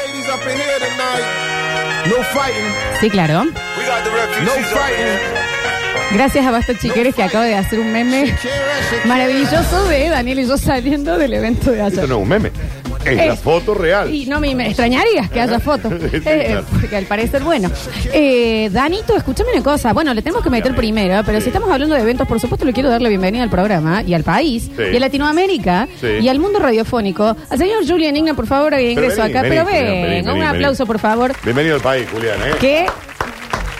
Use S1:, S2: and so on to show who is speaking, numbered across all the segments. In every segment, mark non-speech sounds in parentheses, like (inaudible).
S1: up in here tonight. No fighting.
S2: Sí, claro.
S1: We got the refugees. No fighting.
S2: Gracias a Basta Chiqueres que acaba de hacer un meme maravilloso de Daniel y yo saliendo del evento de
S3: Esto
S2: ayer.
S3: no es un meme. Es la
S2: Es-
S3: foto real.
S2: Y no me, me extrañarías que haya fotos.
S3: (laughs) Sí,
S2: Eh,
S3: claro.
S2: porque al parecer, bueno. Eh, Danito, escúchame una cosa. Bueno, le tenemos que meter primero, pero si estamos hablando de eventos, por supuesto le quiero dar la bienvenida al programa y al país
S3: Sí.
S2: y a Latinoamérica
S3: Sí.
S2: y al mundo radiofónico. Al señor Julian Igna, por favor, había ingreso
S3: vení,
S2: acá.
S3: vení,
S2: pero
S3: Julián,
S2: venga,
S3: vení,
S2: un
S3: vení, vení.
S2: aplauso, por favor.
S3: Bienvenido al país, Julián, ¿eh?
S2: que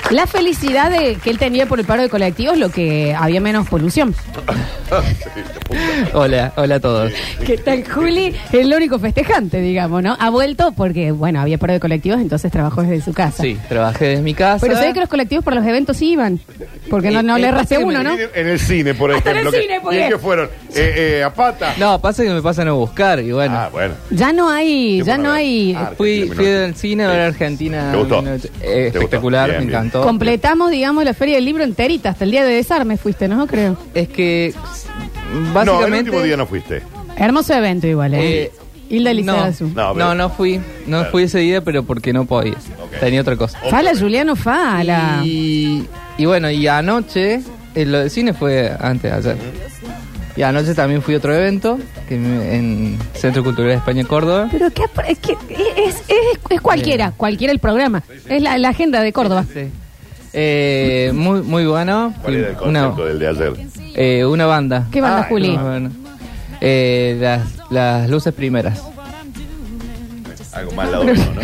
S2: la felicidad de- que él tenía por el paro de colectivos lo que había menos polución.
S4: Hola, hola a todos.
S2: ¿Qué tal, Juli? El único festejante, digamos, ¿no? Ha vuelto porque, bueno, había paro de colectivos, entonces trabajó desde su casa.
S4: Sí, trabajé desde mi casa.
S2: Pero se ve que los colectivos para los eventos sí iban. Porque no,
S4: Y-
S2: no
S3: eh,
S4: y
S2: le
S4: pasa
S2: erraste
S4: que
S2: uno,
S4: me
S2: ¿no?
S3: En el cine, por
S2: Hasta en el
S3: ejemplo. que-
S2: cine, pues,
S3: ¿Y
S2: porque-
S3: en qué fueron? Eh, eh, a pata.
S4: No, pasa que me pasan a buscar y bueno.
S3: Ah, bueno.
S2: Ya no hay,
S3: Qué
S2: ya
S3: bueno
S2: no
S3: ver.
S2: hay.
S3: Ah,
S4: Fui,
S3: Argentina,
S4: fui
S3: Minotti.
S4: al cine a ver
S3: Sí.
S4: Argentina.
S3: ¿Te gustó?
S4: Minotti. Eh,
S3: ¿Te gustó?
S4: espectacular,
S3: Bien,
S4: me
S3: bien.
S4: encantó.
S2: Completamos, digamos, la feria del libro enterita, hasta el día de desarme fuiste, ¿no? Creo.
S4: Es que básicamente.
S3: No, el último día no fuiste.
S2: Hermoso evento igual, ¿eh?
S4: Eh,
S2: Hilda Lizarazu.
S4: no,
S3: No,
S4: no,
S3: pero-
S4: no, fui. No
S3: Claro.
S4: fui ese día, pero porque no podía. Tenía otra cosa.
S2: Fala, Juliano, fala.
S4: Y, y bueno, y anoche, eh, lo del cine fue antes de ayer. Y anoche también fui a otro evento que me- en Centro Cultural de España Córdoba.
S2: Pero qué apro- es, que es, es- es cualquiera, cualquiera el programa. Es la, la agenda de Córdoba.
S4: Sí. Eh, muy, muy bueno.
S3: ¿Cuál
S2: Mm,
S3: era el
S4: Una-
S3: concepto del de ayer?
S4: Eh, una banda.
S2: ¿Qué banda,
S3: Ah,
S2: Juli?
S4: Una banda. Eh, las, las luces primeras.
S3: Algo más lado mío, ¿no?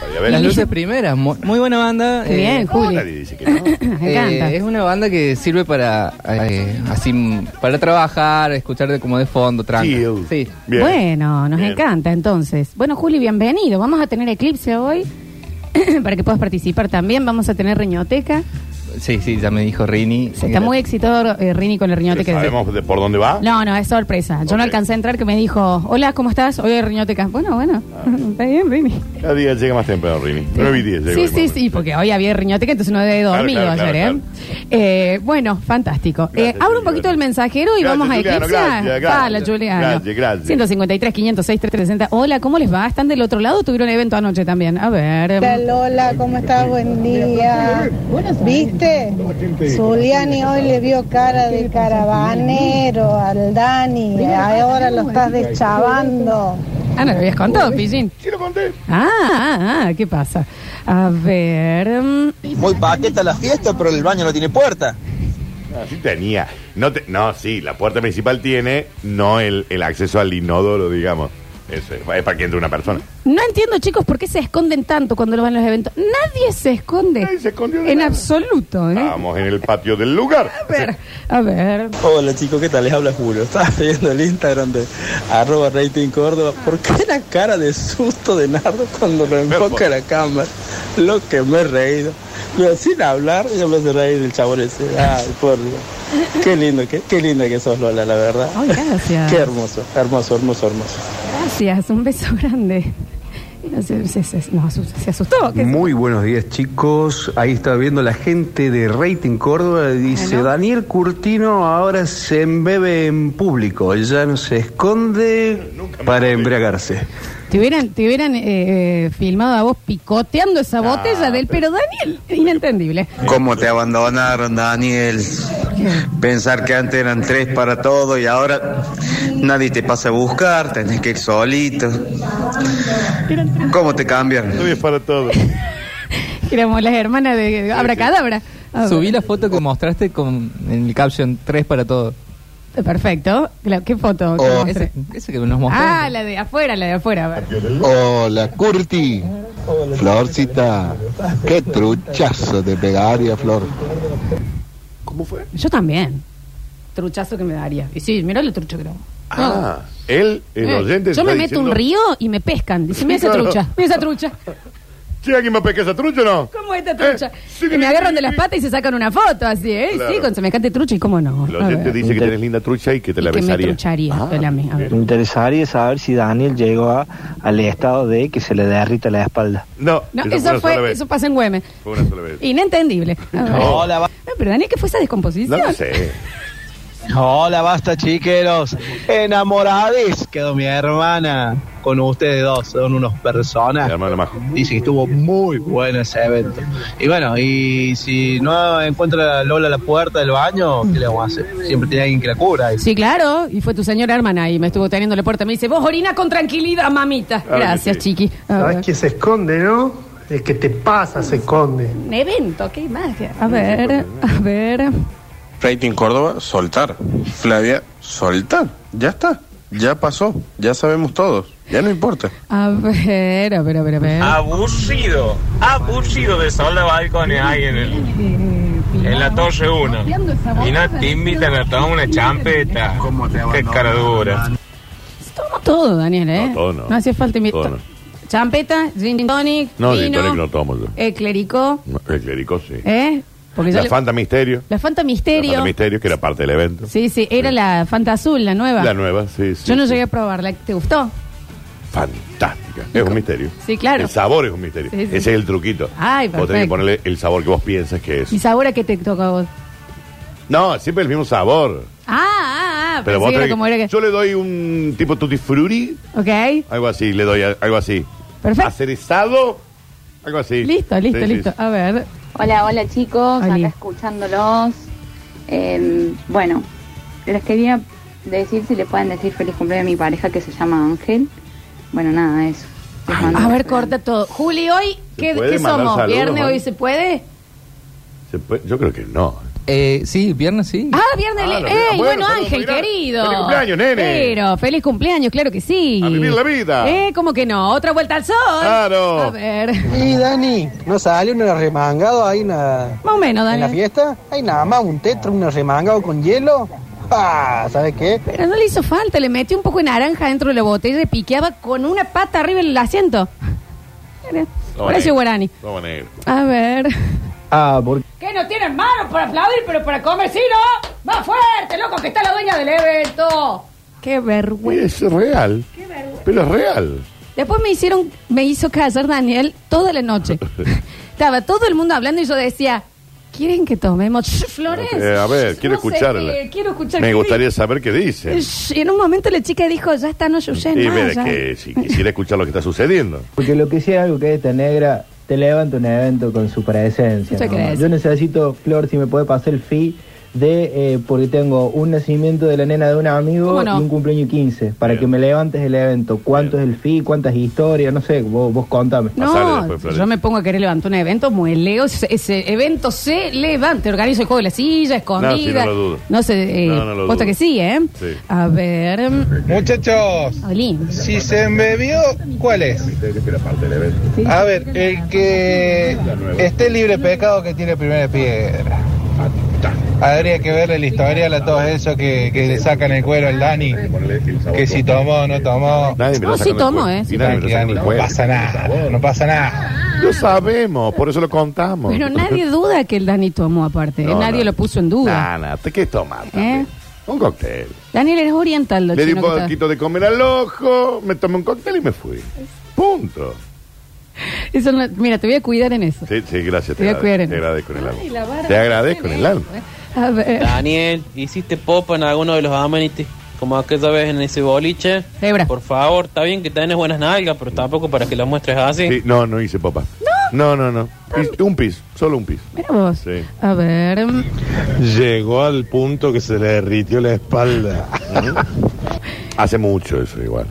S3: Para ver.
S4: Las luces primeras, mu- muy, buena banda.
S2: Qué
S4: eh,
S2: bien, Juli.
S3: Nadie
S2: (coughs)
S3: dice que no.
S2: Me
S4: eh,
S2: encanta.
S4: es una banda que sirve para eh, así para trabajar, escuchar de como de fondo, tranquilo.
S3: Chill.
S4: Sí.
S3: Bien.
S2: Bueno, nos
S3: Bien.
S2: encanta entonces. Bueno, Juli, bienvenido. Vamos a tener eclipse hoy (coughs) para que puedas participar también. Vamos a tener riñoteca.
S4: Sí, sí, ya me dijo Rini.
S2: Se está muy excitado eh, Rini con la riñoteca.
S3: ¿Sabemos de por dónde va?
S2: No, no, es sorpresa. Yo no
S3: Ok.
S2: alcancé a entrar que me dijo, hola, ¿cómo estás? Hoy hay riñoteca. Bueno, bueno, (laughs) está bien, Rini.
S3: Cada día llega más temprano, Rini. 9 y 10 llegó
S2: Sí,
S3: el
S2: sí,
S3: momento.
S2: sí, porque hoy había riñoteca, entonces no he
S3: Claro,
S2: dormido
S3: claro,
S2: ayer,
S3: claro,
S2: ¿eh? Eh, Bueno, fantástico.
S3: Gracias,
S2: Eh, abro un
S3: Juliano.
S2: poquito el mensajero y
S3: Gracias,
S2: vamos a
S3: Juliano,
S2: Eclipse.
S3: gracias, gracias.
S2: Hola, Juliano.
S3: Gracias, gracias.
S2: 153, 506, 360. Hola, ¿cómo les va? ¿Están del otro lado? Tuvieron evento anoche también. A ver.
S5: Hola Lola, ¿cómo estás? Buen día. ¿Viste? Zuliani hoy le vio cara de caravanero al Dani. Ahora lo estás deschavando.
S2: Ah, no lo habías contado, Pillín.
S3: Sí, lo conté.
S2: Ah, ah, ah, ¿qué pasa? A ver. mm,
S6: Muy paqueta la fiesta, pero el baño no tiene puerta.
S3: Ah, sí tenía. No, te- no, sí, la puerta principal tiene, no el, el acceso al inodoro, digamos. Eso es, es para que entre una persona.
S2: No entiendo, chicos, por qué se esconden tanto cuando lo van a los eventos. Nadie se esconde.
S3: Nadie se escondió de
S2: En
S3: nada. Ah,
S2: absoluto, ¿eh?
S3: Vamos en el patio del lugar.
S2: (laughs) A ver, a ver.
S6: Hola chicos, ¿qué tal? Les habla Julio. Estaba viendo el Instagram de arroba rating Córdoba. ¿Por qué la cara de susto de Nardo cuando lo enfoca la cámara? Lo que me he reído. Pero sin hablar, ya me hace reír el chabón ese. Ay, por Dios. Qué lindo, qué, qué lindo que sos Lola, la verdad.
S2: Ay,
S6: (laughs)
S2: gracias.
S6: Qué hermoso, hermoso, hermoso, hermoso.
S2: Gracias, un beso grande. No sé, se, se- no, asu- se asustó. ¿qué-
S7: Muy buenos días chicos, ahí está viendo la gente de Rating Córdoba, dice
S2: Bueno.
S7: Daniel Curtino ahora se embebe en público, ya no se esconde para embriagarse.
S2: Te hubieran, te hubieran eh, eh, filmado a vos picoteando esa botella del pero Daniel, inentendible.
S8: ¿Cómo te abandonaron, Daniel? Pensar que antes eran tres para todo y ahora nadie te pasa a buscar, tenés que ir solito. ¿Cómo te cambian?
S3: Esto es para todo.
S2: Éramos las hermanas de Abracadabra. Ah, A ver.
S4: Subí la foto que mostraste con en el caption 3 para todo.
S2: Perfecto. La- ¿Qué foto? que
S9: Oh.
S2: mostré?
S4: Ese, ese que nos mostraste.
S2: Ah, la de afuera, la de afuera. a
S3: Ah,
S2: ver.
S9: Hola, Curti. Florcita, qué truchazo te pegaría, Flor.
S3: ¿Cómo fue?
S2: Yo también. Truchazo que me daría. Y sí, mirá lo trucho que era.
S3: Ah, él, el
S2: Eh,
S3: oyente.
S2: Yo
S3: está
S2: me meto
S3: diciendo,
S2: un río y me pescan. Dice, mira esa
S3: (laughs) Claro.
S2: trucha, mira esa trucha.
S3: ¿Sí alguien me pesca esa trucha o no?
S2: ¿Cómo esta trucha?
S3: Eh, sí,
S2: que me
S3: sí,
S2: agarran
S3: sí,
S2: de las
S3: sí.
S2: patas y se sacan una foto así, ¿eh?
S3: Claro.
S2: Sí, con semejante trucha y cómo no.
S3: El
S2: A
S3: oyente
S2: ver.
S3: dice que tenés linda trucha y que te
S2: Y
S3: la
S2: que me
S3: besaría. Ah,
S2: trucharía. espérame, a ver.
S10: Me interesaría saber si Daniel llegó a- al estado de que se le derrita la espalda.
S3: No,
S2: No,
S3: esa
S2: eso,
S3: una sola
S2: fue,
S3: vez.
S2: eso pasa en Güemes. (laughs)
S3: Fue una sola vez.
S2: Inentendible. A ver.
S3: No.
S2: No, pero Daniel, ¿qué fue esa descomposición?
S3: No lo sé.
S10: Hola, basta chiqueros. Enamoradís quedó mi hermana con ustedes dos. Son unos personas. Dice que estuvo muy bueno ese evento. Y bueno, y si no encuentra a Lola a la puerta del baño, ¿qué le vamos a hacer? Siempre tiene alguien que la cubra. ahí.
S2: Sí, claro. Y fue tu señora hermana y me estuvo teniendo la puerta. Me dice, vos orina con tranquilidad, mamita.
S3: Ah,
S11: Claro que
S2: Gracias,
S11: sí.
S2: chiqui. A ver.
S11: Sabes que se esconde, ¿no? El que te pasa se esconde.
S2: Un evento, qué magia. A ver, a ver.
S12: Rating Córdoba, soltar. Flavia, soltar. Ya está. Ya pasó. Ya sabemos todos. Ya no importa.
S2: A ver, a ver, a ver, a ver.
S13: Ah, Aburrido, aburrido de sol de balcones hay en, el, en la torre 1. Y no te invitan a tomar una champeta. Qué cara dura.
S2: Toma todo, Daniel, ¿eh?
S3: No, todo no.
S2: hacía falta invitar.
S3: Todo no.
S2: Champeta, gin tonic,
S3: No, gin
S2: vino,
S3: tonic no tomo yo.
S2: eh, clericó,
S3: No, (laughs) El clérico sí.
S2: ¿eh? Porque yo
S3: La
S2: le-
S3: Fanta Misterio.
S2: la Fanta
S3: La Fanta
S2: Misterio.
S3: Misterio, que era parte del evento.
S2: Sí, sí, era la Fanta Azul, la nueva.
S3: La nueva, sí, sí.
S2: Yo no
S3: sí.
S2: llegué a probarla. ¿Te gustó?
S3: Fantástica. Es un misterio.
S2: Sí, claro.
S3: El sabor es un misterio.
S2: Sí, sí.
S3: Ese es el truquito.
S2: Ay,
S3: Vos tenés
S2: perfecto.
S3: que ponerle el sabor que vos piensas que es.
S2: ¿Y sabor a qué te toca a vos?
S3: No, siempre el mismo sabor.
S2: Ah, ah, ah. pensé
S3: Pero vos
S2: que era
S3: tenés-
S2: como era que...
S3: Yo le doy un tipo tutti frutti,
S2: Ok,
S3: algo así, le doy a- algo así.
S2: Perfecto.
S3: Acerizado, algo así.
S2: listo, listo,
S3: Ah, Sí, sí,
S2: listo.
S3: sí.
S2: A ver.
S14: Hola, hola chicos,
S2: Oli.
S14: acá escuchándolos. Eh, bueno, les quería decir si le pueden decir feliz cumpleaños a mi pareja que se llama Ángel. Bueno, nada, eso. Les mando-
S2: A ver, corta todo. Juli, hoy, ¿qué,
S3: puede
S2: qué
S3: mandar
S2: somos?
S3: saludos,
S2: ¿Viernes
S3: Juan?
S2: hoy se puede?
S3: Se puede- Yo creo que no.
S4: Eh, sí, viernes sí.
S2: Ah, viernes.
S4: Ah,
S2: le-
S4: lo-
S2: ¡Ey,
S4: ah, bueno,
S2: bueno,
S4: saludos,
S2: Ángel,
S4: mira.
S2: querido!
S4: Feliz cumpleaños, nene.
S2: Pero, feliz cumpleaños, claro que sí.
S4: A vivir la vida.
S2: Eh, ¿cómo que no? ¿Otra vuelta al sol?
S11: Claro.
S2: A ver.
S11: Y Dani, ¿no sale un remangado ahí en la,
S2: Más o menos, Dani.
S11: en la fiesta? Hay nada más un tetra, un remangado con hielo. ¡Pah! ¿Sabes qué?
S2: Pero no le hizo falta, le metió un poco de naranja dentro de la botella y piqueaba con una pata arriba el asiento. Mira,
S3: Todo
S2: Horacio
S3: negro.
S2: Guarani.
S3: Todo negro.
S2: A ver.
S10: Ah, porque.
S2: Que no tienen manos para aplaudir, pero para comer sí, ¿no? ¡Más fuerte, loco, que está la dueña del evento! ¡Qué
S3: Uy,
S2: vergüenza!
S3: es real. Pero es real.
S2: Después me hicieron, me hizo callar Daniel toda la noche. Estaba todo el mundo hablando y yo decía, ¿quieren que tomemos? Shh, Flores.
S3: Eh, a ver,
S2: shh,
S3: quiero
S2: no sé,
S3: escucharla.
S2: eh, quiero escuchar.
S3: Me
S2: qué
S3: gustaría saber qué
S2: dice.
S3: dice.
S2: Shh, Y en un momento la chica dijo, ya está, no yuyen
S3: Y
S2: más,
S3: mira
S2: ya.
S3: que si quisiera escuchar lo que está sucediendo.
S15: Porque lo que sea algo que esta negra, te levanta un evento con su presencia.
S2: Muchas
S15: ¿no?
S2: gracias.
S15: Yo necesito, Flor, si me puede pasar el fee de, eh, porque tengo un nacimiento de la nena de un amigo
S2: ¿Cómo no?
S15: y un cumpleaños 15, para que me levantes el evento. ¿Cuánto es el fee? ¿Cuántas historias? No sé, vos, vos contame.
S2: No, yo me pongo a querer levantar un evento, mueleo, ese, ese evento se levanta, organizo el juego de la silla, escondida.
S15: No, sí, no lo dudo.
S2: No sé, eh,
S15: No, no lo
S2: posta
S15: dudo.
S2: que sí, ¿eh?
S15: Sí.
S2: A ver...
S16: Muchachos, si se embebió, ¿cuál es? A ver, el que esté libre de pecado que tiene primera piedra. Habría que verle la historial a todos esos que, que le sacan el cuero al Dani. Que si tomó o no tomó.
S3: me lo No, saca sí del tomó, cuero. eh, sí Y nadie me lo
S16: Tranqui,
S3: saca
S16: Dani,
S3: del
S16: no
S3: cuero.
S16: pasa nada, no pasa nada.
S3: Lo sabemos, por eso lo contamos.
S2: Pero nadie duda que el Dani tomó aparte, ¿eh?
S3: No,
S2: nadie
S3: no.
S2: lo puso en duda.
S3: Nah, nah, ¿te- ¿qué tomar?
S2: ¿eh?
S3: Un cóctel.
S2: Daniel, eres oriental, lo
S3: Le di un
S2: chino que
S3: poquito de comer al ojo, me tomé un cóctel y me fui. Punto.
S2: está. Eso no- mira, te voy a cuidar en eso.
S3: Sí, sí, gracias.
S2: Te voy a
S3: agrade-
S2: cuidar en
S3: te
S2: eso.
S3: agradezco en el alma.
S2: Ay, la vara
S3: Te
S2: que
S3: agradezco en
S2: tiene
S3: el alma.
S2: A ver.
S17: (laughs) Daniel, ¿hiciste popa en alguno de los amenities? Como aquella vez en ese
S18: (laughs)
S17: boliche. Por favor, está bien que tenés buenas nalgas, pero tampoco para que las muestres así.
S3: Sí, no, no hice papá. No, no, no. Hice Un pis, solo un pis.
S2: Mira vos.
S3: Sí.
S2: A ver. mm,
S19: Llegó al punto que se le derritió la espalda.
S3: (laughs) Hace mucho eso igual.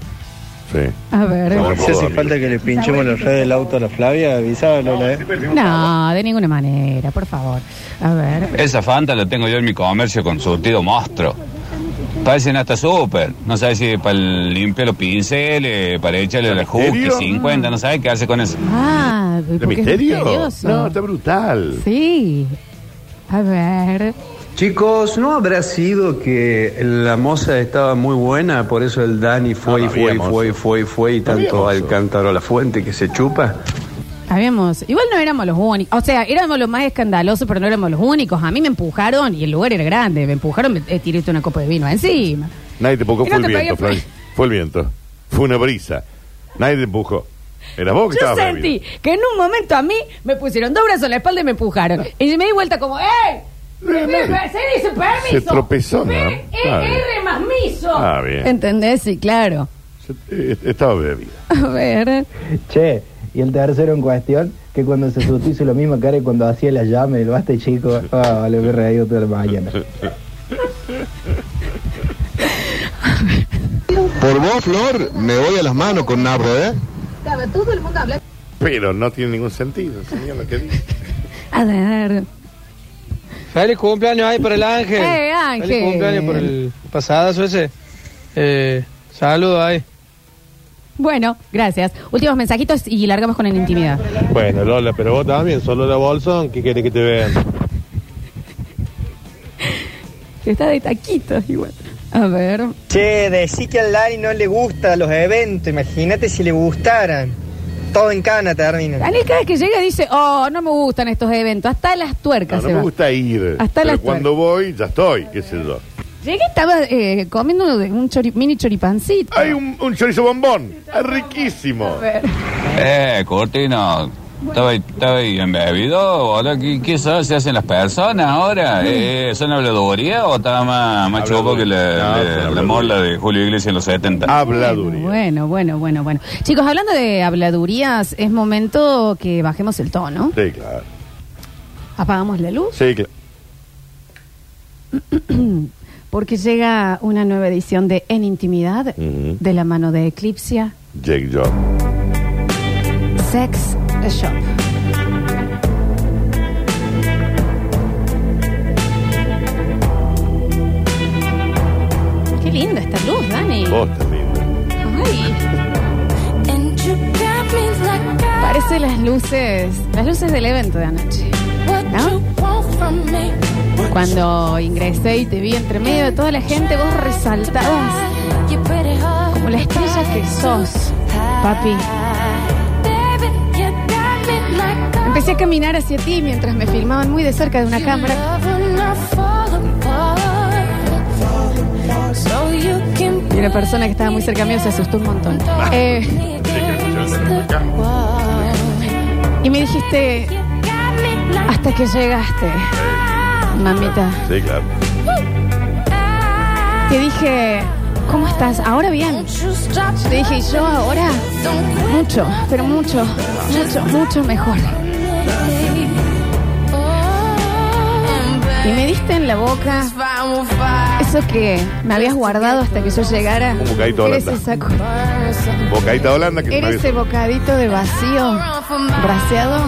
S3: Sí.
S2: A ver.
S3: No,
S20: Si hace falta que le pinchemos los redes del auto a la Flavia, avisábalo, ¿eh?
S2: No, de ninguna manera, por favor. A ver.
S18: Esa Fanta la tengo yo en mi comercio con surtido monstruo. Parecen hasta súper. No sabes si para limpiar los pinceles, para echarle el ajuste,
S3: serio?
S18: 50, no sabes qué hace con eso.
S2: Ah, ¿por
S18: ¿De
S2: qué es
S18: misterio?
S2: misterioso?
S18: No,
S3: está brutal.
S2: Sí. A ver.
S7: Chicos, ¿no habrá sido que la moza estaba muy buena, por eso el Dani fue
S3: No,
S7: y
S3: no
S7: fue y
S3: había
S7: fue y fue y fue y tanto al cántaro a la fuente que se chupa?
S2: Habíamos, igual no éramos los únicos, o sea, éramos los más escandalosos, pero no éramos los únicos. A mí me empujaron y el lugar era grande, me empujaron, me eh, tiré una copa de vino encima.
S3: Nadie te empujó,
S2: Y
S3: fue
S2: no
S3: el
S2: te
S3: viento,
S2: pegué, fue-
S3: Florencia. Fue el viento. Fue una brisa. Nadie te empujó. Era vos que
S2: Yo
S3: estabas
S2: sentí
S3: bebido. Ah.
S2: que en un momento a mí me pusieron dos brazos en la espalda y me empujaron. Y me di vuelta como, ¡eh! Mercedes, permiso.
S3: Se tropezó, ¿no?
S2: P, E,
S3: Está bien.
S2: R más miso.
S3: Ah, bien.
S2: ¿Entendés? Sí, claro.
S3: Eh, Estaba bebida.
S2: A ver.
S15: Che, y el tercero en cuestión, que cuando se asustó hizo la misma cara que cuando hacía la llama del basta chico. Ah, vale, me he reído toda la mañana.
S9: Por vos, Flor, me voy a las manos con Nardo, ¿eh?
S2: Estaba todo el mundo hablando.
S3: Pero no tiene ningún sentido, señor, lo que
S2: (laughs)
S3: dice.
S2: A ver.
S20: Feliz cumpleaños ahí para el Ángel.
S2: Eh, Ángel.
S20: Feliz cumpleaños por el pasadazo ese. Eh, saludo ahí.
S2: Bueno, gracias. Últimos mensajitos y largamos con la intimidad.
S19: Bueno, Lola, pero vos también, solo la Bolson, ¿qué quiere que te vean?
S2: Está de taquitos igual. A ver.
S21: Che, decí que al Lari no le gustan los eventos. Imagínate si le gustaran. Todo en cana termina.
S2: Daniel cada vez que llega dice, oh, no me gustan estos eventos. Hasta las
S3: No,
S2: tuercas
S3: no
S2: se
S3: me
S2: va.
S3: gusta ir.
S2: Hasta
S3: pero
S2: las
S3: cuando voy, ya estoy, qué sé yo.
S2: Llegué estaba eh, comiendo de un chori- mini choripancito.
S3: Hay un, un chorizo bombón. Es riquísimo.
S18: Eh, Cortino, estaba, estaba ahí embebido, boludo. ¿Qué, qué son? se hacen las personas ahora? Eh, ¿Son habladuría o estaba más, más choco que la, la- la morla de Julio Iglesias en los 70?
S3: Habladuría.
S2: Bueno, bueno, bueno, bueno. Chicos, hablando de habladurías, es momento que bajemos el tono.
S3: Sí, claro.
S2: Apagamos la luz
S3: Sí, claro.
S2: porque llega una nueva edición de En Intimidad
S3: Ujú.
S2: de la mano de Eclipsia
S3: Jake Job.
S2: Sex Shop. Qué linda esta luz, Dani.
S3: Vos también.
S2: Ay. Parece las luces, las luces del evento de anoche. ¿No? Cuando ingresé y te vi entre medio de toda la gente, vos resaltabas como la estrella que sos, papi. Empecé a caminar hacia ti mientras me filmaban muy de cerca de una cámara. Y una persona que estaba muy cerca mío se asustó un montón. Eh, y me dijiste, hasta que llegaste, mamita.
S3: Sí, claro.
S2: Te dije, ¿cómo estás? ¿Ahora bien? Te dije, ¿y yo ahora? Mucho, pero mucho, mucho, mucho mejor. Y me diste en la boca eso que me habías guardado hasta que yo llegara.
S3: Un bocadito de
S2: Eres
S3: Holanda.
S2: esa co-
S3: Bocaíta de Holanda que me
S2: Era ese
S3: avisó.
S2: bocadito de vacío, braseado.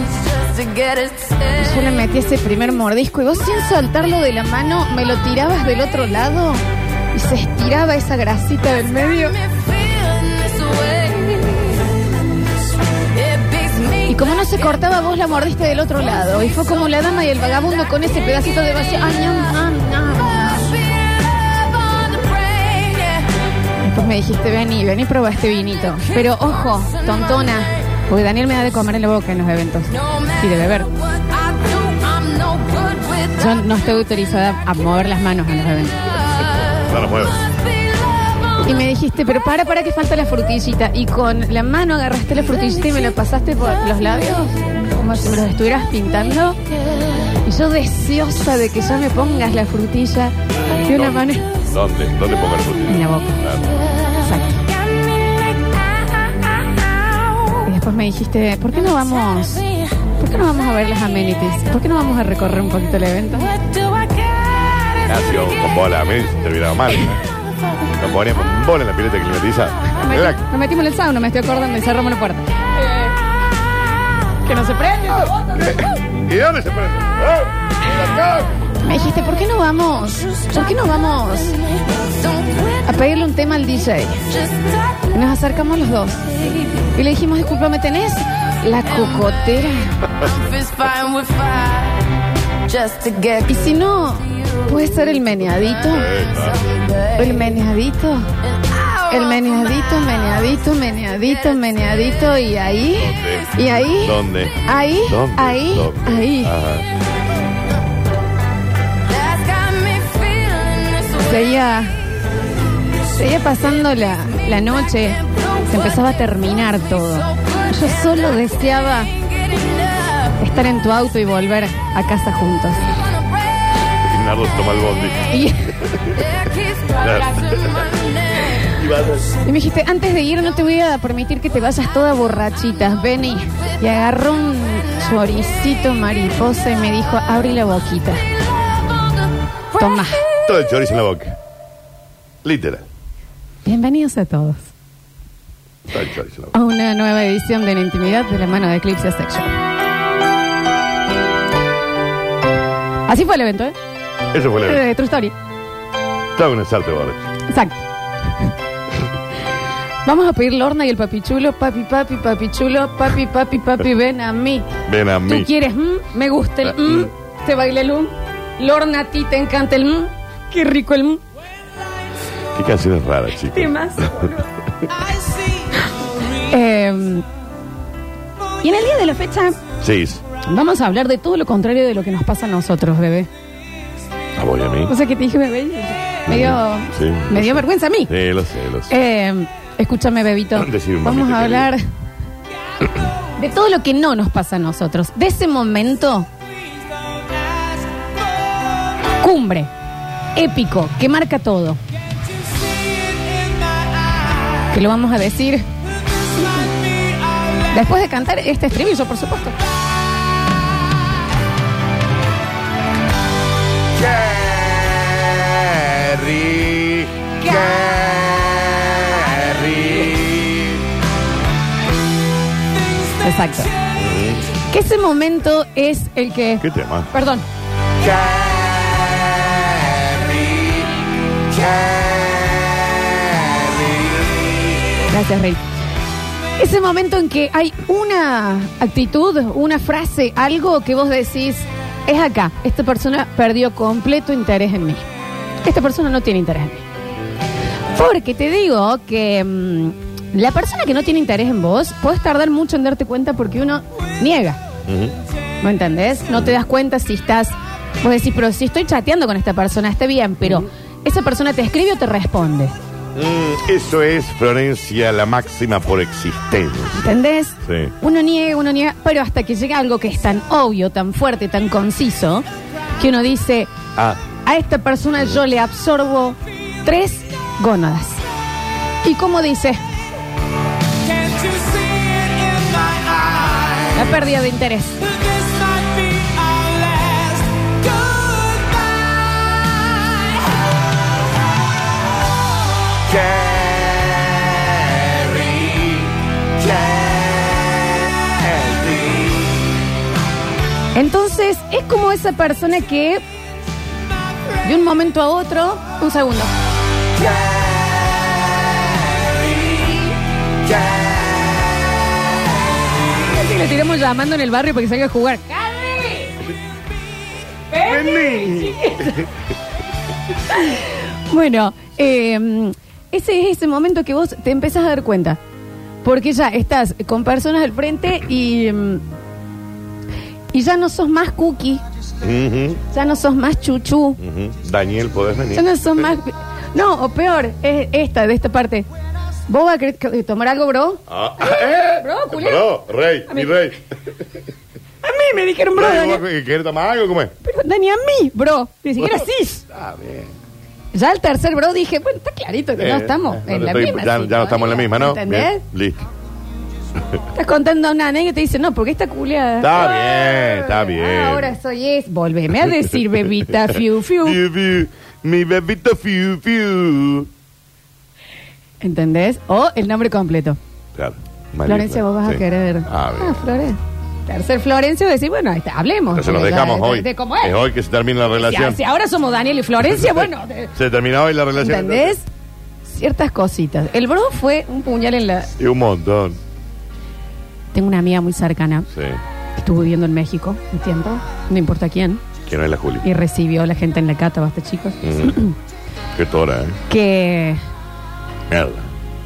S2: Yo le metí ese primer mordisco y vos sin soltarlo de la mano me lo tirabas del otro lado y se estiraba esa grasita del medio. Y como no se cortaba, vos la mordiste del otro lado. Y fue como la dama y el vagabundo con ese pedacito de vacío. Ay, no, no, no. Después me dijiste, vení, vení, prueba este vinito. Pero ojo, tontona, porque Daniel me da de comer en la boca en los eventos. Y de beber. Yo no estoy autorizada a mover las manos en los eventos.
S3: No lo muevo.
S2: Y me dijiste, pero para, para que falta la frutillita. Y con la mano agarraste la frutillita y me la pasaste por los labios, como si me los estuvieras pintando. Y yo deseosa de que ya me pongas la frutilla de una mano
S3: ¿Dónde? ¿Dónde pongo el frutilla?
S2: en la boca. Exacto. Y después me dijiste, ¿por qué no vamos? ¿Por qué no vamos a ver las amenities? ¿Por qué no vamos a recorrer un poquito el evento?
S3: Nació con bola. A mí se miraba mal. ¿eh? Nos poníamos un bola en la pileta climatizada.
S2: Nos
S3: Relax.
S2: meti- Nos metimos en el sauna, me estoy acordando, y cerramos la puerta. Eh, que no se prende.
S3: (laughs) ¿Y dónde se ¡Oh! prende?
S2: Me dijiste, ¿por qué no vamos? ¿Por qué no vamos a pedirle un tema al DJ? Y nos acercamos los dos. Y le dijimos, disculpa, ¿me tenés la cocotera? Y si no, puede ser el meneadito. ¿eh? El meneadito. El meneadito, meneadito, meneadito, meneadito. Y ahí, y ahí,
S3: ¿Dónde?
S2: ahí,
S3: ¿Dónde?
S2: ahí,
S3: ¿Dónde? Ah,
S2: ahí.
S3: Ajá.
S2: Seguía, seguía pasando la, la noche, se empezaba a terminar todo. Yo solo deseaba estar en tu auto y volver a casa juntos.
S3: Nardo se toma el bondi.
S2: Y,
S3: Y vas a-
S2: y me dijiste, antes de ir no te voy a permitir que te vayas toda borrachita. Vení. Y agarró un choricito mariposa y me dijo, abre la boquita. Toma.
S3: Todo el chorizo en la boca. Literal.
S2: Bienvenidos a todos
S3: Todo el chorizo en la boca.
S2: a una nueva edición de la intimidad de la mano de Eclipse Sexual. Así fue el evento, ¿eh?
S3: Eso fue la vida.
S2: Eh, True story.
S3: Estaba con el salto de borracho.
S2: Exacto. Vamos a pedir Lorna y el papichulo, papi, papi, papichulo, papi, papi, papi, ven a mí.
S3: Ven a mí.
S2: ¿Tú quieres? mm? Me gusta el mm, te baila el mm. Lorna, a ti te encanta el mm. Qué rico el mm.
S3: Qué canción es rara, chicos.
S2: ¿Qué más? Eh, y en el día de la fecha
S3: Sí. sí.
S2: vamos a hablar de todo lo contrario de lo que nos pasa a nosotros, bebé.
S3: A vos y Ah, a mí.
S2: O sea que te dije, bebé, me dio,
S3: Sí.
S2: me dio vergüenza a mí.
S3: Sí, lo sé, lo sé.
S2: Eh, escúchame, bebito.
S3: Decime, mamita
S2: Vamos a
S3: querida.
S2: hablar de todo lo que no nos pasa a nosotros. De ese momento, cumbre, épico, que marca todo. Que lo vamos a decir después de cantar este estribillo, por supuesto.
S3: Gary. Gary.
S2: Exacto. Que ese momento es el que.
S3: ¿Qué tema?
S2: Perdón. Gracias, Rey. Ese momento en que hay una actitud, una frase, algo que vos decís, es acá, esta persona perdió completo interés en mí. Esta persona no tiene interés en mí. Porque te digo que mm, la persona que no tiene interés en vos, puedes tardar mucho en darte cuenta porque uno niega. ¿Me entendés? No te das cuenta si estás. Vos decís, pero si estoy chateando con esta persona, está bien, pero esa persona te escribe o te responde.
S3: Mm, eso es Florencia, la máxima por existencia.
S2: ¿Entendés?
S3: Sí.
S2: Uno niega, uno niega, pero hasta que llega algo que es tan obvio, tan fuerte, tan conciso, que uno dice,
S3: Ah,
S2: a esta persona yo le absorbo tres gónadas. ¿Y cómo dice? La pérdida de interés. Entonces, es como esa persona que de un momento a otro, un segundo. Casi le tiramos llamando en el barrio para que salga a jugar. Bueno, eh, ese es ese momento que vos te empezás a dar cuenta. Porque ya estás con personas al frente y, mm, y ya no sos más cookie,
S3: ujú,
S2: ya no sos más chuchu,
S3: ujú. Daniel, ¿podés venir?
S2: ya no sos más... No, o peor, es esta, de esta parte. ¿Vos vas a querer que- eh, tomar algo, bro?
S3: Ah, eh,
S2: Bro, culero.
S3: bro, rey, mi rey.
S2: A mí me dijeron, bro,
S3: Rey,
S2: Dani.
S3: ¿vos ¿Querés tomar algo? ¿Cómo es?
S2: Pero Dani, a mí, bro.
S3: (laughs)
S2: Ni siquiera sis.
S3: Está Ah, bien.
S2: Ya el tercer bro dije, bueno, está clarito que no
S3: Eh,
S2: estamos
S3: eh, no
S2: en
S3: te
S2: la
S3: estoy-
S2: misma.
S3: Ya, ya no estamos en la misma, ¿no?
S2: ¿Entendés?
S3: Bien, listo.
S2: Estás contando una anécdota y te dice, no, porque esta culiada.
S3: Está bien, está
S2: Ah,
S3: bien.
S2: ahora soy es. Volveme a decir,
S3: (laughs)
S2: bebita, fiu, fiu.
S3: Fiu, fiu. Mi bebita fiu, fiu.
S2: ¿Entendés? O el nombre completo.
S3: Claro.
S2: Florencia, vos vas a
S3: Sí.
S2: querer.
S3: Ah, bien.
S2: Ah, Florencia. Tercer Florencio, decir, bueno, ahí está, hablemos.
S3: Entonces nos
S2: porque ya
S3: dejamos
S2: de-
S3: hoy.
S2: de cómo es.
S3: Es hoy que se termina la
S2: Si-
S3: relación.
S2: si ahora somos Daniel y
S3: (laughs)
S2: Florencia, bueno, de-
S3: Se termina hoy la relación.
S2: ¿entendés? Ciertas cositas. El bro fue un puñal en la.
S3: Y un montón.
S2: Tengo una amiga muy cercana
S3: Sí.
S2: que estuvo viviendo en México un tiempo, no importa quién,
S3: Que no es la Juli.
S2: y recibió a la gente en la cata, basta chicos.
S3: Mm. Qué tora, ¿eh?
S2: (clears throat) Que.
S3: Mierda.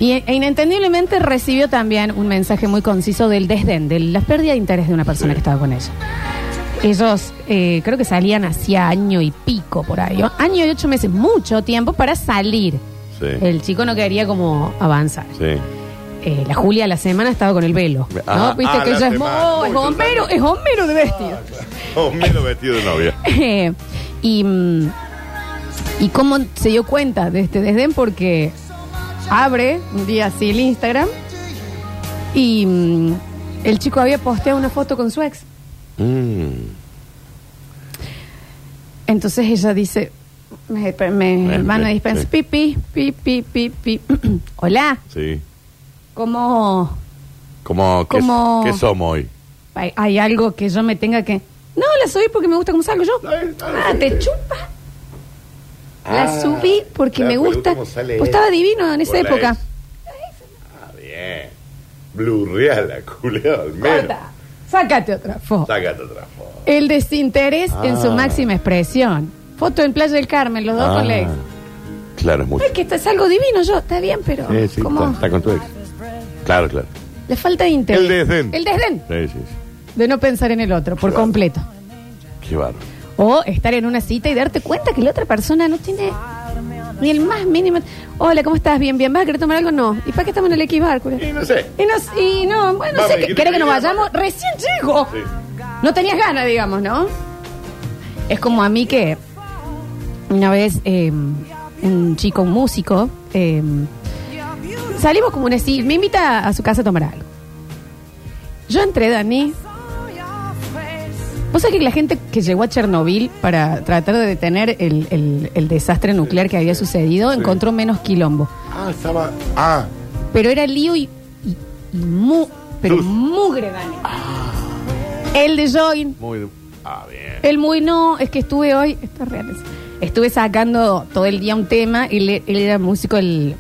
S2: Y e inentendiblemente recibió también un mensaje muy conciso del desdén, de la pérdida de interés de una persona que estaba con ella. Ellos eh, creo que salían hacía año y pico por ahí, ¿no? año y ocho meses, mucho tiempo para salir.
S3: Sí.
S2: El chico no quería como avanzar.
S3: Sí.
S2: Eh, la Julia la semana estaba con el velo. ¿no?
S3: Ah,
S2: Viste
S3: ah,
S2: que
S3: la
S2: ella es,
S3: semana.
S2: oh, es
S3: Mucho
S2: bombero, es bombero de vestido.
S3: Oh, menos vestido de novia.
S2: Eh, (laughs) Y, mm, y cómo se dio cuenta de este desdén, porque abre un día así el Instagram y mm, el chico había posteado una foto con su ex.
S3: Mm,
S2: Entonces ella dice, me, me, van a dispensar, pi, pi, pi, pi, pi, pi. (clears throat) hola,
S3: Sí.
S2: ¿cómo
S3: Como, ¿qué,
S2: Como-
S3: qué somos hoy?
S2: hay, hay algo que yo me tenga que... No, la subí porque me gusta cómo salgo yo. Ah, te chupa. La
S3: Ah,
S2: subí porque
S3: claro,
S2: me
S3: pero
S2: gusta.
S3: ¿cómo sale
S2: Pues
S3: él?
S2: estaba divino en esa
S3: Por la
S2: época.
S3: ex. Ah, bien. Blurreala, culiao, al menos.
S2: Corta. Sácate otra foto.
S3: Sácate otra foto.
S2: El desinterés en su
S3: Ah.
S2: máxima expresión. Foto en Playa del Carmen, los dos
S3: Ah,
S2: con la ex.
S3: Claro, es mucho.
S2: Ay, que esto es algo divino yo, está bien, pero
S3: Sí, sí,
S2: ¿cómo?
S3: está, está con tu ex. Claro, claro.
S2: La falta de interés.
S3: El desdén.
S2: El desdén
S3: Sí, sí, sí.
S2: de no pensar en el otro por completo.
S3: Qué bárbaro.
S2: O estar en una cita y darte cuenta que la otra persona no tiene ni el más mínimo. Hola, ¿cómo estás? Bien, bien. ¿Vas a querer tomar algo? No. ¿Y para qué estamos en el X Bar, cura? Y
S3: no sé.
S2: Y no, bueno,
S3: Vamos,
S2: sé que,
S3: ¿querés
S2: ¿querés
S3: que
S2: que nos
S3: diga?
S2: vayamos? Recién llego.
S3: Sí.
S2: No tenías ganas, digamos, ¿no? Es como a mí que una vez eh, un chico, un músico, eh, salimos como una cita, me invita a su casa a tomar algo. Yo entré, Dani. Vos sabés que la gente que llegó a Chernobyl para tratar de detener el, el- el desastre nuclear que había sucedido encontró menos quilombo.
S3: Ah, estaba. Ah.
S2: Pero era lío y, y- y mu- pero mugre, Dani. El de jogging,
S3: Ah. Muy. Ah, bien.
S2: el muy no, es que estuve hoy, esto es real, es- estuve sacando todo el día un tema y le- él era músico, el-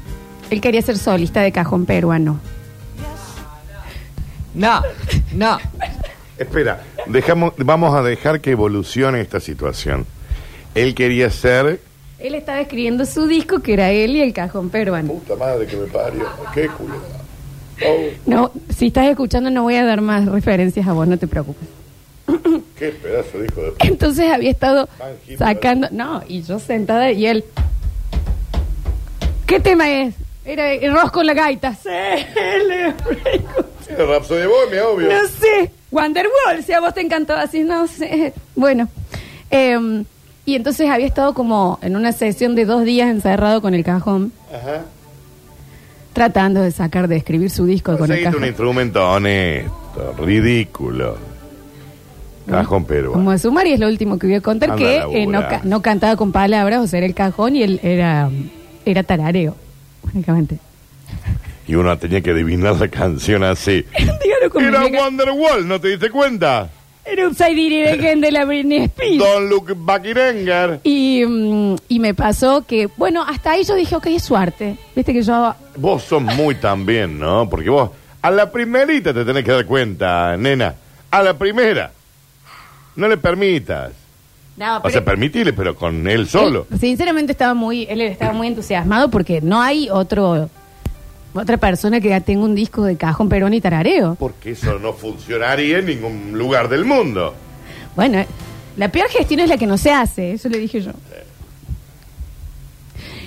S2: él quería ser solista de cajón peruano.
S4: No, no.
S3: Espera, dejamos, vamos a dejar que evolucione esta situación. Él quería ser.
S2: Él estaba escribiendo su disco que era él y el cajón peruano.
S3: Puta madre que me parió. Qué Oh, culo.
S2: No, si estás escuchando no voy a dar más referencias a vos, no te preocupes. (laughs)
S3: Qué pedazo de hijo de. p-
S2: Entonces había estado
S3: Van Hitler.
S2: sacando, no, y yo sentada y él, ¿qué tema es? Era eh, Rosco la gaita. (laughs) Sí, le-
S3: El Rhapsody de Bohemia, obvio.
S2: no sé, Wonderwall, si a vos te encantó así, no sé. Bueno, em, y entonces había estado como en una sesión de dos días encerrado con el cajón,
S3: Ajá.
S2: tratando de sacar, de escribir su disco con el
S3: Conseguiste un
S2: cajón.
S3: instrumento honesto, ridículo. Cajón peruano.
S2: Como de sumar, y es lo último que voy a contar,
S3: Anda
S2: que
S3: a
S2: eh, no,
S3: laburar.
S2: ca- no cantaba con palabras, o sea, era el cajón y él era, era tarareo, únicamente. (laughs)
S3: Y uno tenía que adivinar la canción así.
S2: Dígalo como
S3: Era
S2: llega-
S3: Wonderwall, ¿no te diste cuenta?
S2: Era Upside Dirigent de la Britney
S3: (laughs)
S2: Spears.
S3: Don Luke Bakirenger.
S2: Y, mm, y me pasó que, bueno, hasta ahí yo dije, ok, es su arte. Viste que yo
S3: Vos sos muy también, ¿no? Porque vos a la primerita te tenés que dar cuenta, nena. A la primera. No le permitas.
S2: No,
S3: O sea, permitile, pero con él solo.
S2: Él, eh, sinceramente estaba muy, él estaba muy entusiasmado porque no hay otro otra persona que ya tenga un disco de cajón perón y tarareo.
S3: Porque eso no funcionaría en ningún lugar del mundo.
S2: Bueno, la peor gestión es la que no se hace, eso le dije yo.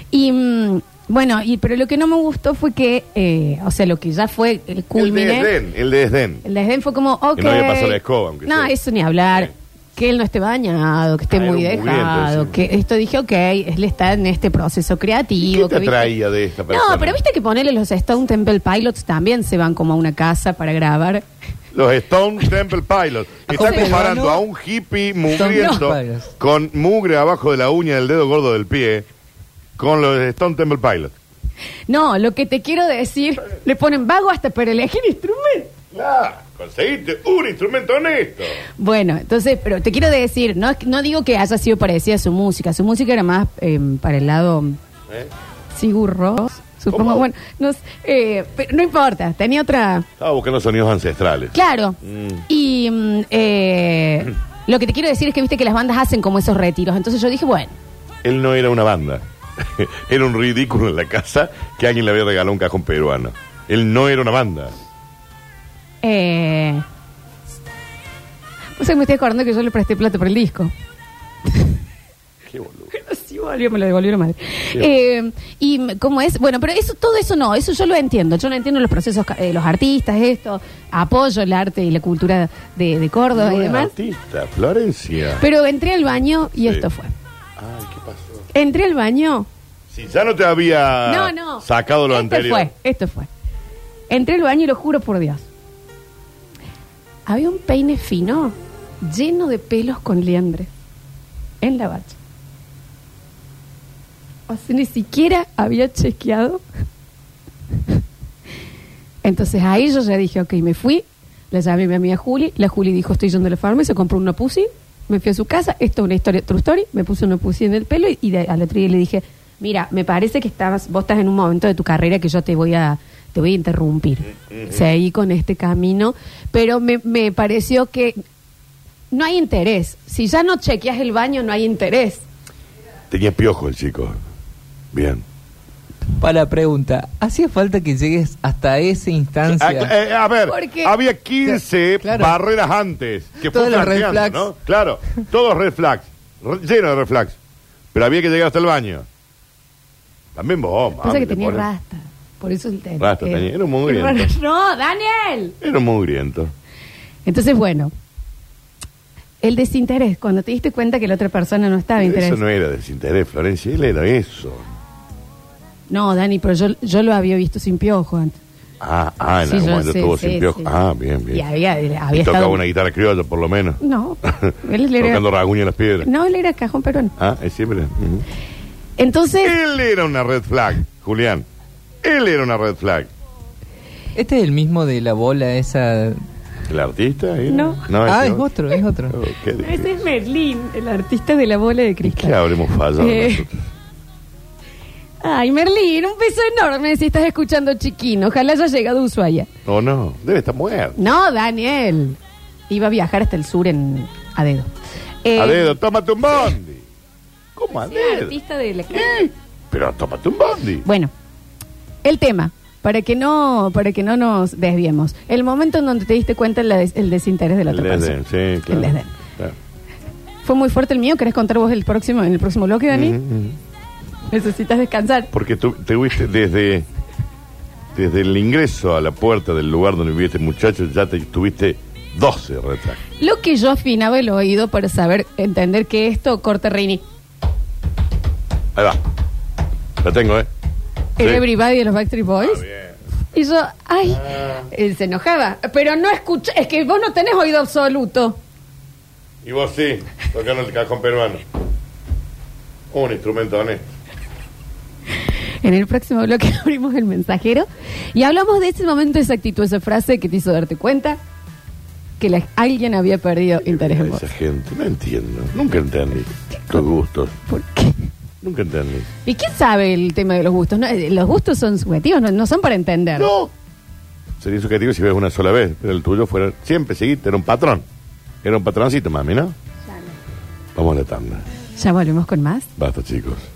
S2: Y mm, bueno, y pero lo que no me gustó fue que, eh, o sea, lo que ya fue el
S3: El
S2: culmine.
S3: desdén, el desdén.
S2: El desdén fue como, ok.
S3: Que no había pasado la escoba, aunque
S2: No,
S3: sea.
S2: eso ni hablar. Que él no esté bañado, que esté
S3: Ah, era
S2: muy
S3: un mugriento
S2: dejado.
S3: encima.
S2: que esto dije, ok, él está en este proceso creativo.
S3: ¿Qué
S2: que
S3: te
S2: viste-
S3: atraía de esta persona?
S2: No, pero viste que ponerle los Stone Temple Pilots también se van como a una casa para grabar.
S3: Los Stone Temple
S2: (laughs)
S3: Pilots. Está
S2: Acompañado.
S3: comparando a un hippie mugriento
S2: Stone Temple
S3: con mugre abajo de la uña del dedo gordo del pie con los Stone Temple Pilots.
S2: No, lo que te quiero decir, le ponen vago hasta para elegir instrumento.
S3: Claro, conseguiste un instrumento honesto.
S2: Bueno, entonces, pero te quiero decir, no, es que- no digo que haya sido parecida a su música, su música era más eh, para el lado
S3: ¿Eh?
S2: sigurro, supongo, bueno, no, s- eh, pero no importa, tenía otra,
S3: Estaba buscando sonidos ancestrales.
S2: claro,
S3: Mm.
S2: y mm, eh, lo que te quiero decir es que viste que las bandas hacen como esos retiros, entonces yo dije, bueno,
S3: Él no era una banda. (laughs) era un ridículo en la casa que alguien le había regalado un cajón peruano. Él no era una banda.
S2: eh, pues me estoy acordando que yo le presté plata por el disco.
S3: (laughs) Qué boludo.
S2: Sí, volvió, me lo devolvió la madre.
S3: Sí.
S2: Eh, y m- cómo es, bueno, pero eso, todo eso no, eso yo lo entiendo. Yo no entiendo los procesos ca- de los artistas, esto, apoyo el arte y la cultura de, de Córdoba
S3: No
S2: y
S3: era
S2: demás.
S3: artista, Florencia.
S2: Pero entré al baño y esto fue.
S3: ¿Qué pasó?
S2: Entré al baño.
S3: Si ya no te había
S2: No, no.
S3: sacado lo
S2: Esto
S3: anterior.
S2: fue, esto fue. Entré al baño y lo juro por Dios. Había un peine fino, lleno de pelos con liendres, en la bacha. O sea, ni siquiera había chequeado. Entonces ahí yo ya dije, ok, me fui, la llamé a mi amiga Juli, la Juli dijo, estoy yendo a la farmacia, compró una pussy, me fui a su casa, esto es una historia, true story, me puse una pussy en el pelo y, y de- al otro día le dije, mira, me parece que estabas, vos estás en un momento de tu carrera que yo te voy a, te voy a interrumpir.
S3: Eh,
S2: Seguí con este camino, pero me, me pareció que no hay interés. Si ya no chequeas el baño, no hay interés.
S3: Tenía piojo el chico. Bien.
S4: Para la pregunta, ¿hacía falta que llegues hasta esa instancia?
S3: Ah, cl- eh, a ver, había 15
S4: Claro.
S3: barreras antes que fue
S4: Todos los red
S3: flanqueando,
S4: flags.
S3: ¿no? Claro, todos red flags, re- lleno de red flags. Pero había que llegar hasta el baño. También vos,
S2: Pasa
S3: mami,
S2: que
S3: te
S2: tenía
S3: pones-
S2: rasta. Por eso el tema.
S3: Ah, Rasta tenía, era un mugriento.
S2: (laughs) No, Daniel.
S3: Era un mugriento.
S2: Entonces, bueno, el desinterés, cuando te diste cuenta que la otra persona no estaba
S3: Eso
S2: interesada.
S3: no era desinterés, Florencia, él era eso.
S2: No. Dani, pero yo, yo lo había visto sin piojo antes.
S3: Ah, ah, en
S2: Sí,
S3: algún
S2: yo
S3: momento
S2: sé,
S3: estuvo
S2: sí,
S3: sin piojo.
S2: sí.
S3: Ah, bien, bien.
S2: Y había,
S3: Y
S2: había
S3: tocaba
S2: estado.
S3: una guitarra criolla, por lo menos.
S2: (laughs) No, (laughs)
S3: (laughs)
S2: él era-
S3: Tocando raguña en las
S2: (laughs)
S3: piedras.
S2: no, él era cajón perón.
S3: Ah, es siempre. Ujú.
S2: Entonces,
S3: (laughs) Él era una red flag, Julián. Él era una red flag.
S4: Este es el mismo de la bola esa...
S3: ¿El artista? era?
S2: No.
S4: ah,
S3: ese
S4: es otro, es otro.
S3: (laughs) Oh, ¿Qué,
S2: ese es Merlín, el artista de la bola de cristal.
S3: qué habremos fallado
S2: Eh.
S3: nosotros?
S2: Ay, Merlín, un beso enorme si estás escuchando, chiquín. Ojalá haya llegado a Ushuaia.
S3: No, no, debe estar muerto.
S2: No, Daniel. Iba a viajar hasta el sur en a dedo. Eh,
S3: a dedo, tómate un bondi. ¿Cómo a dedo?
S2: artista de la
S3: Pero tómate un bondi.
S2: Bueno, el tema, para que no, para que no nos desviemos. El momento en donde te diste cuenta la des- el desinterés de la otra persona.
S3: desdén, sí, claro.
S2: El desdén.
S3: Claro.
S2: Fue muy fuerte el mío, ¿querés contar vos el próximo, en el próximo bloque, Dani?
S3: Ujú, ujú.
S2: Necesitas descansar.
S3: Porque tú te fuiste desde, desde el ingreso a la puerta del lugar donde vivía este muchacho, ya te tuviste 12 red flags.
S2: Lo que yo afinaba el oído para saber, entender que esto corta Rini.
S3: Ahí va. La tengo, ¿eh?
S2: El
S3: Sí.
S2: Everybody de los Backstreet Boys.
S3: Ah,
S2: Y yo, ay, él se enojaba. Pero no escuché, es que vos no tenés oído absoluto.
S3: Y vos sí, tocando el cajón peruano. Un instrumento honesto.
S2: En el próximo bloque (laughs) abrimos el mensajero y hablamos de ese momento, esa actitud, esa frase que te hizo darte cuenta que la- alguien había perdido interés en vos.
S3: Esa gente, no entiendo. Nunca entendí tus gustos.
S2: ¿Por qué?
S3: Nunca entendí.
S2: ¿Y quién sabe el tema de los gustos? No, eh, los gustos son subjetivos, no, no son para entender.
S3: No. Sería subjetivo si ves una sola vez, pero el tuyo fuera siempre seguiste, era un patrón. Era un patroncito, mami, ¿no? Vamos a la tanda.
S2: Ya volvemos con más.
S3: Basta, chicos.